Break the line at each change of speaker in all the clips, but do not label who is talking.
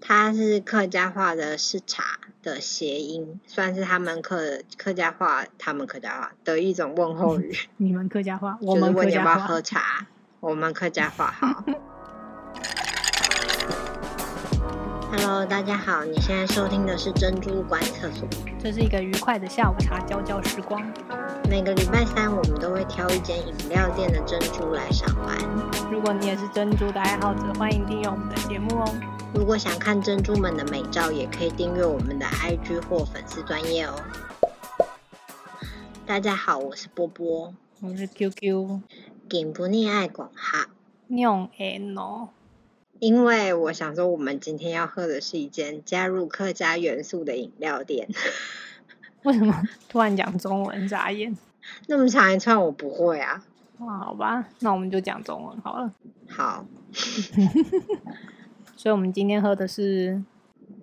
它是客家话的“是茶”的谐音，算是他们客客家话，他们客家话的一种问候语，
你们客家话，
就
我
是
们
问
客
你要
家
不要
话
喝茶。我们客家话 好。Hello，大家好，你现在收听的是珍珠观厕所。
这是一个愉快的下午茶交交时光。
每个礼拜三，我们都会挑一间饮料店的珍珠来赏玩。
如果你也是珍珠的爱好者，欢迎订阅我们的节目哦。
如果想看珍珠们的美照，也可以订阅我们的 IG 或粉丝专业哦。大家好，我是波波，
我是 QQ
顶不溺爱广哈。
用 N 哦，
因为我想说，我们今天要喝的是一间加入客家元素的饮料店。
为什么突然讲中文？眨眼。
那么长一串我不会啊。
哇，好吧，那我们就讲中文好了。
好，
所以我们今天喝的是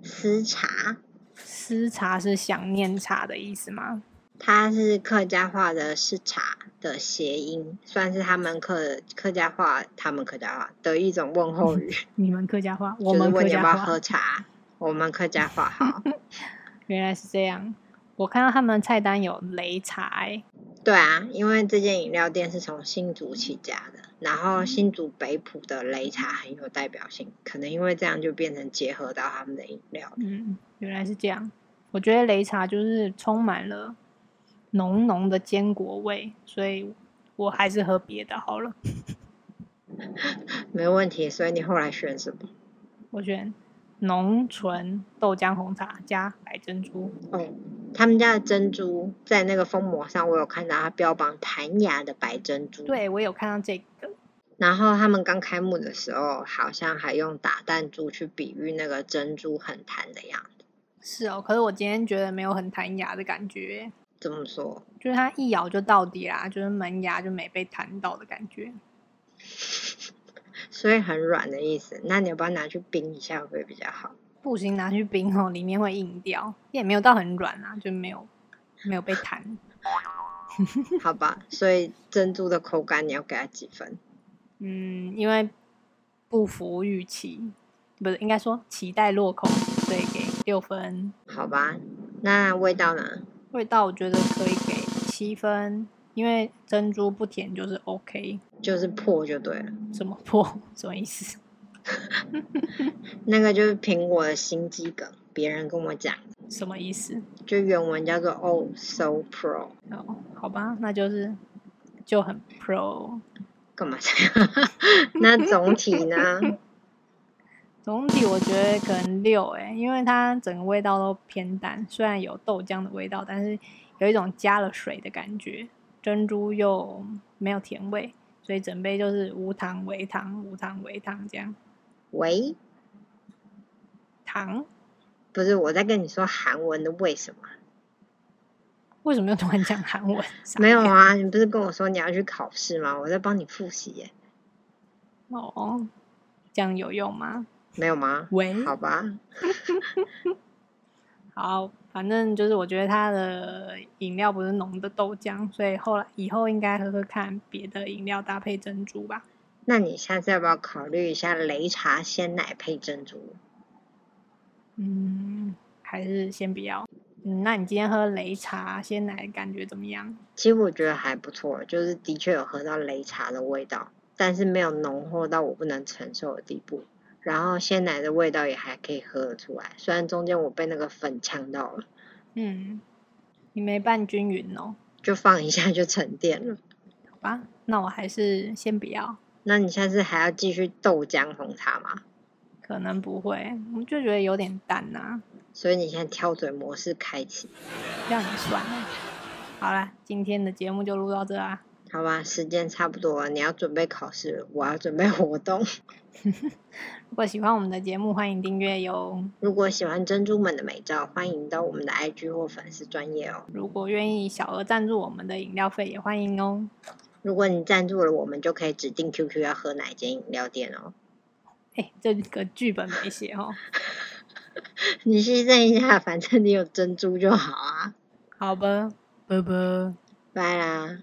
私茶，
思茶，是想念茶的意思吗？
它是客家话的“是茶”的谐音，算是他们客客家话，他们客家话的一种问候语，
你们客家话，我
就是
们
问
客
你要
家
不要
话，
喝茶。我们客家话 好，
原来是这样。我看到他们菜单有擂茶、欸，
对啊，因为这间饮料店是从新竹起家的，然后新竹北埔的擂茶很有代表性，可能因为这样就变成结合到他们的饮料。
嗯，原来是这样。我觉得擂茶就是充满了浓浓的坚果味，所以我还是喝别的好了。
没问题，所以你后来选什么？
我选浓醇豆浆红茶加白珍珠。
哦，他们家的珍珠在那个封膜上，我有看到它标榜弹牙的白珍珠。，
对我有看到这个，
然后他们刚开幕的时候，好像还用打弹珠去比喻那个珍珠很弹的样子。
是哦。可是我今天觉得没有很弹牙的感觉，
怎么说？
就是它一咬就到底啦，就是门牙就没被弹到的感觉。
所以很软的意思。那你要不要拿去冰一下，会不会比较好？
不行，拿去冰哦，里面会硬掉，也没有到很软啊，就没有没有被弹。
好吧，所以珍珠的口感你要给它几分？
嗯，因为不符预期，不是应该说期待落空，所以给六分。
好吧，那味道呢？
味道我觉得可以给七分，因为珍珠不甜就是 OK。
就是破就对了，
什么破？什么意思？
那个就是苹果的心机梗，别人跟我讲的，
什么意思？
就原文叫做 Oh So Pro。
哦，好吧，那就是就很 pro。
干嘛这样？ 那总体呢？
总体我觉得可能六诶、因为它整个味道都偏淡，虽然有豆浆的味道，但是有一种加了水的感觉，珍珠又没有甜味，所以整杯就是无糖、微糖、无糖、微糖这样。
喂，
糖
不是我在跟你说韩文的为什么？
为什么又突然讲韩文？傻
没有
眼
啊，你不是跟我说你要去考试吗？我在帮你复习耶，
哦，这样有用吗？
没有吗？
喂，
好吧，
好，反正就是我觉得它的饮料不是浓的豆浆，所以后来以后应该喝喝看别的饮料搭配珍珠吧。
那你下次要不要考虑一下擂茶鲜奶配珍珠？
嗯，还是先不要。嗯，那你今天喝擂茶鲜奶感觉怎么样？
其实我觉得还不错，就是的确有喝到擂茶的味道，但是没有浓厚到我不能承受的地步。然后鲜奶的味道也还可以喝得出来，虽然中间我被那个粉呛到了，
嗯，你没拌均匀哦。
就放一下就沉淀了。
好吧，那我还是先不要，
那你下次还要继续豆浆红茶吗？
可能不会，我就觉得有点淡啊呐、
所以你现在挑嘴模式开启，
这样也算了。好啦，今天的节目就录到这啊。
好吧？时间差不多了，你要准备考试了，我要准备活动。
如果喜欢我们的节目，欢迎订阅哟。
如果喜欢珍珠们的美照，欢迎到我们的 IG 或粉丝专业哦。
如果愿意小额赞助我们的饮料费，也欢迎哦。
如果你赞助了我们，就可以指定 QQ 要喝哪一间饮料店哦。
哎、这个剧本没写哦。
你牺牲一下，反正你有珍珠就好啊。
好吧，拜拜。
拜啦。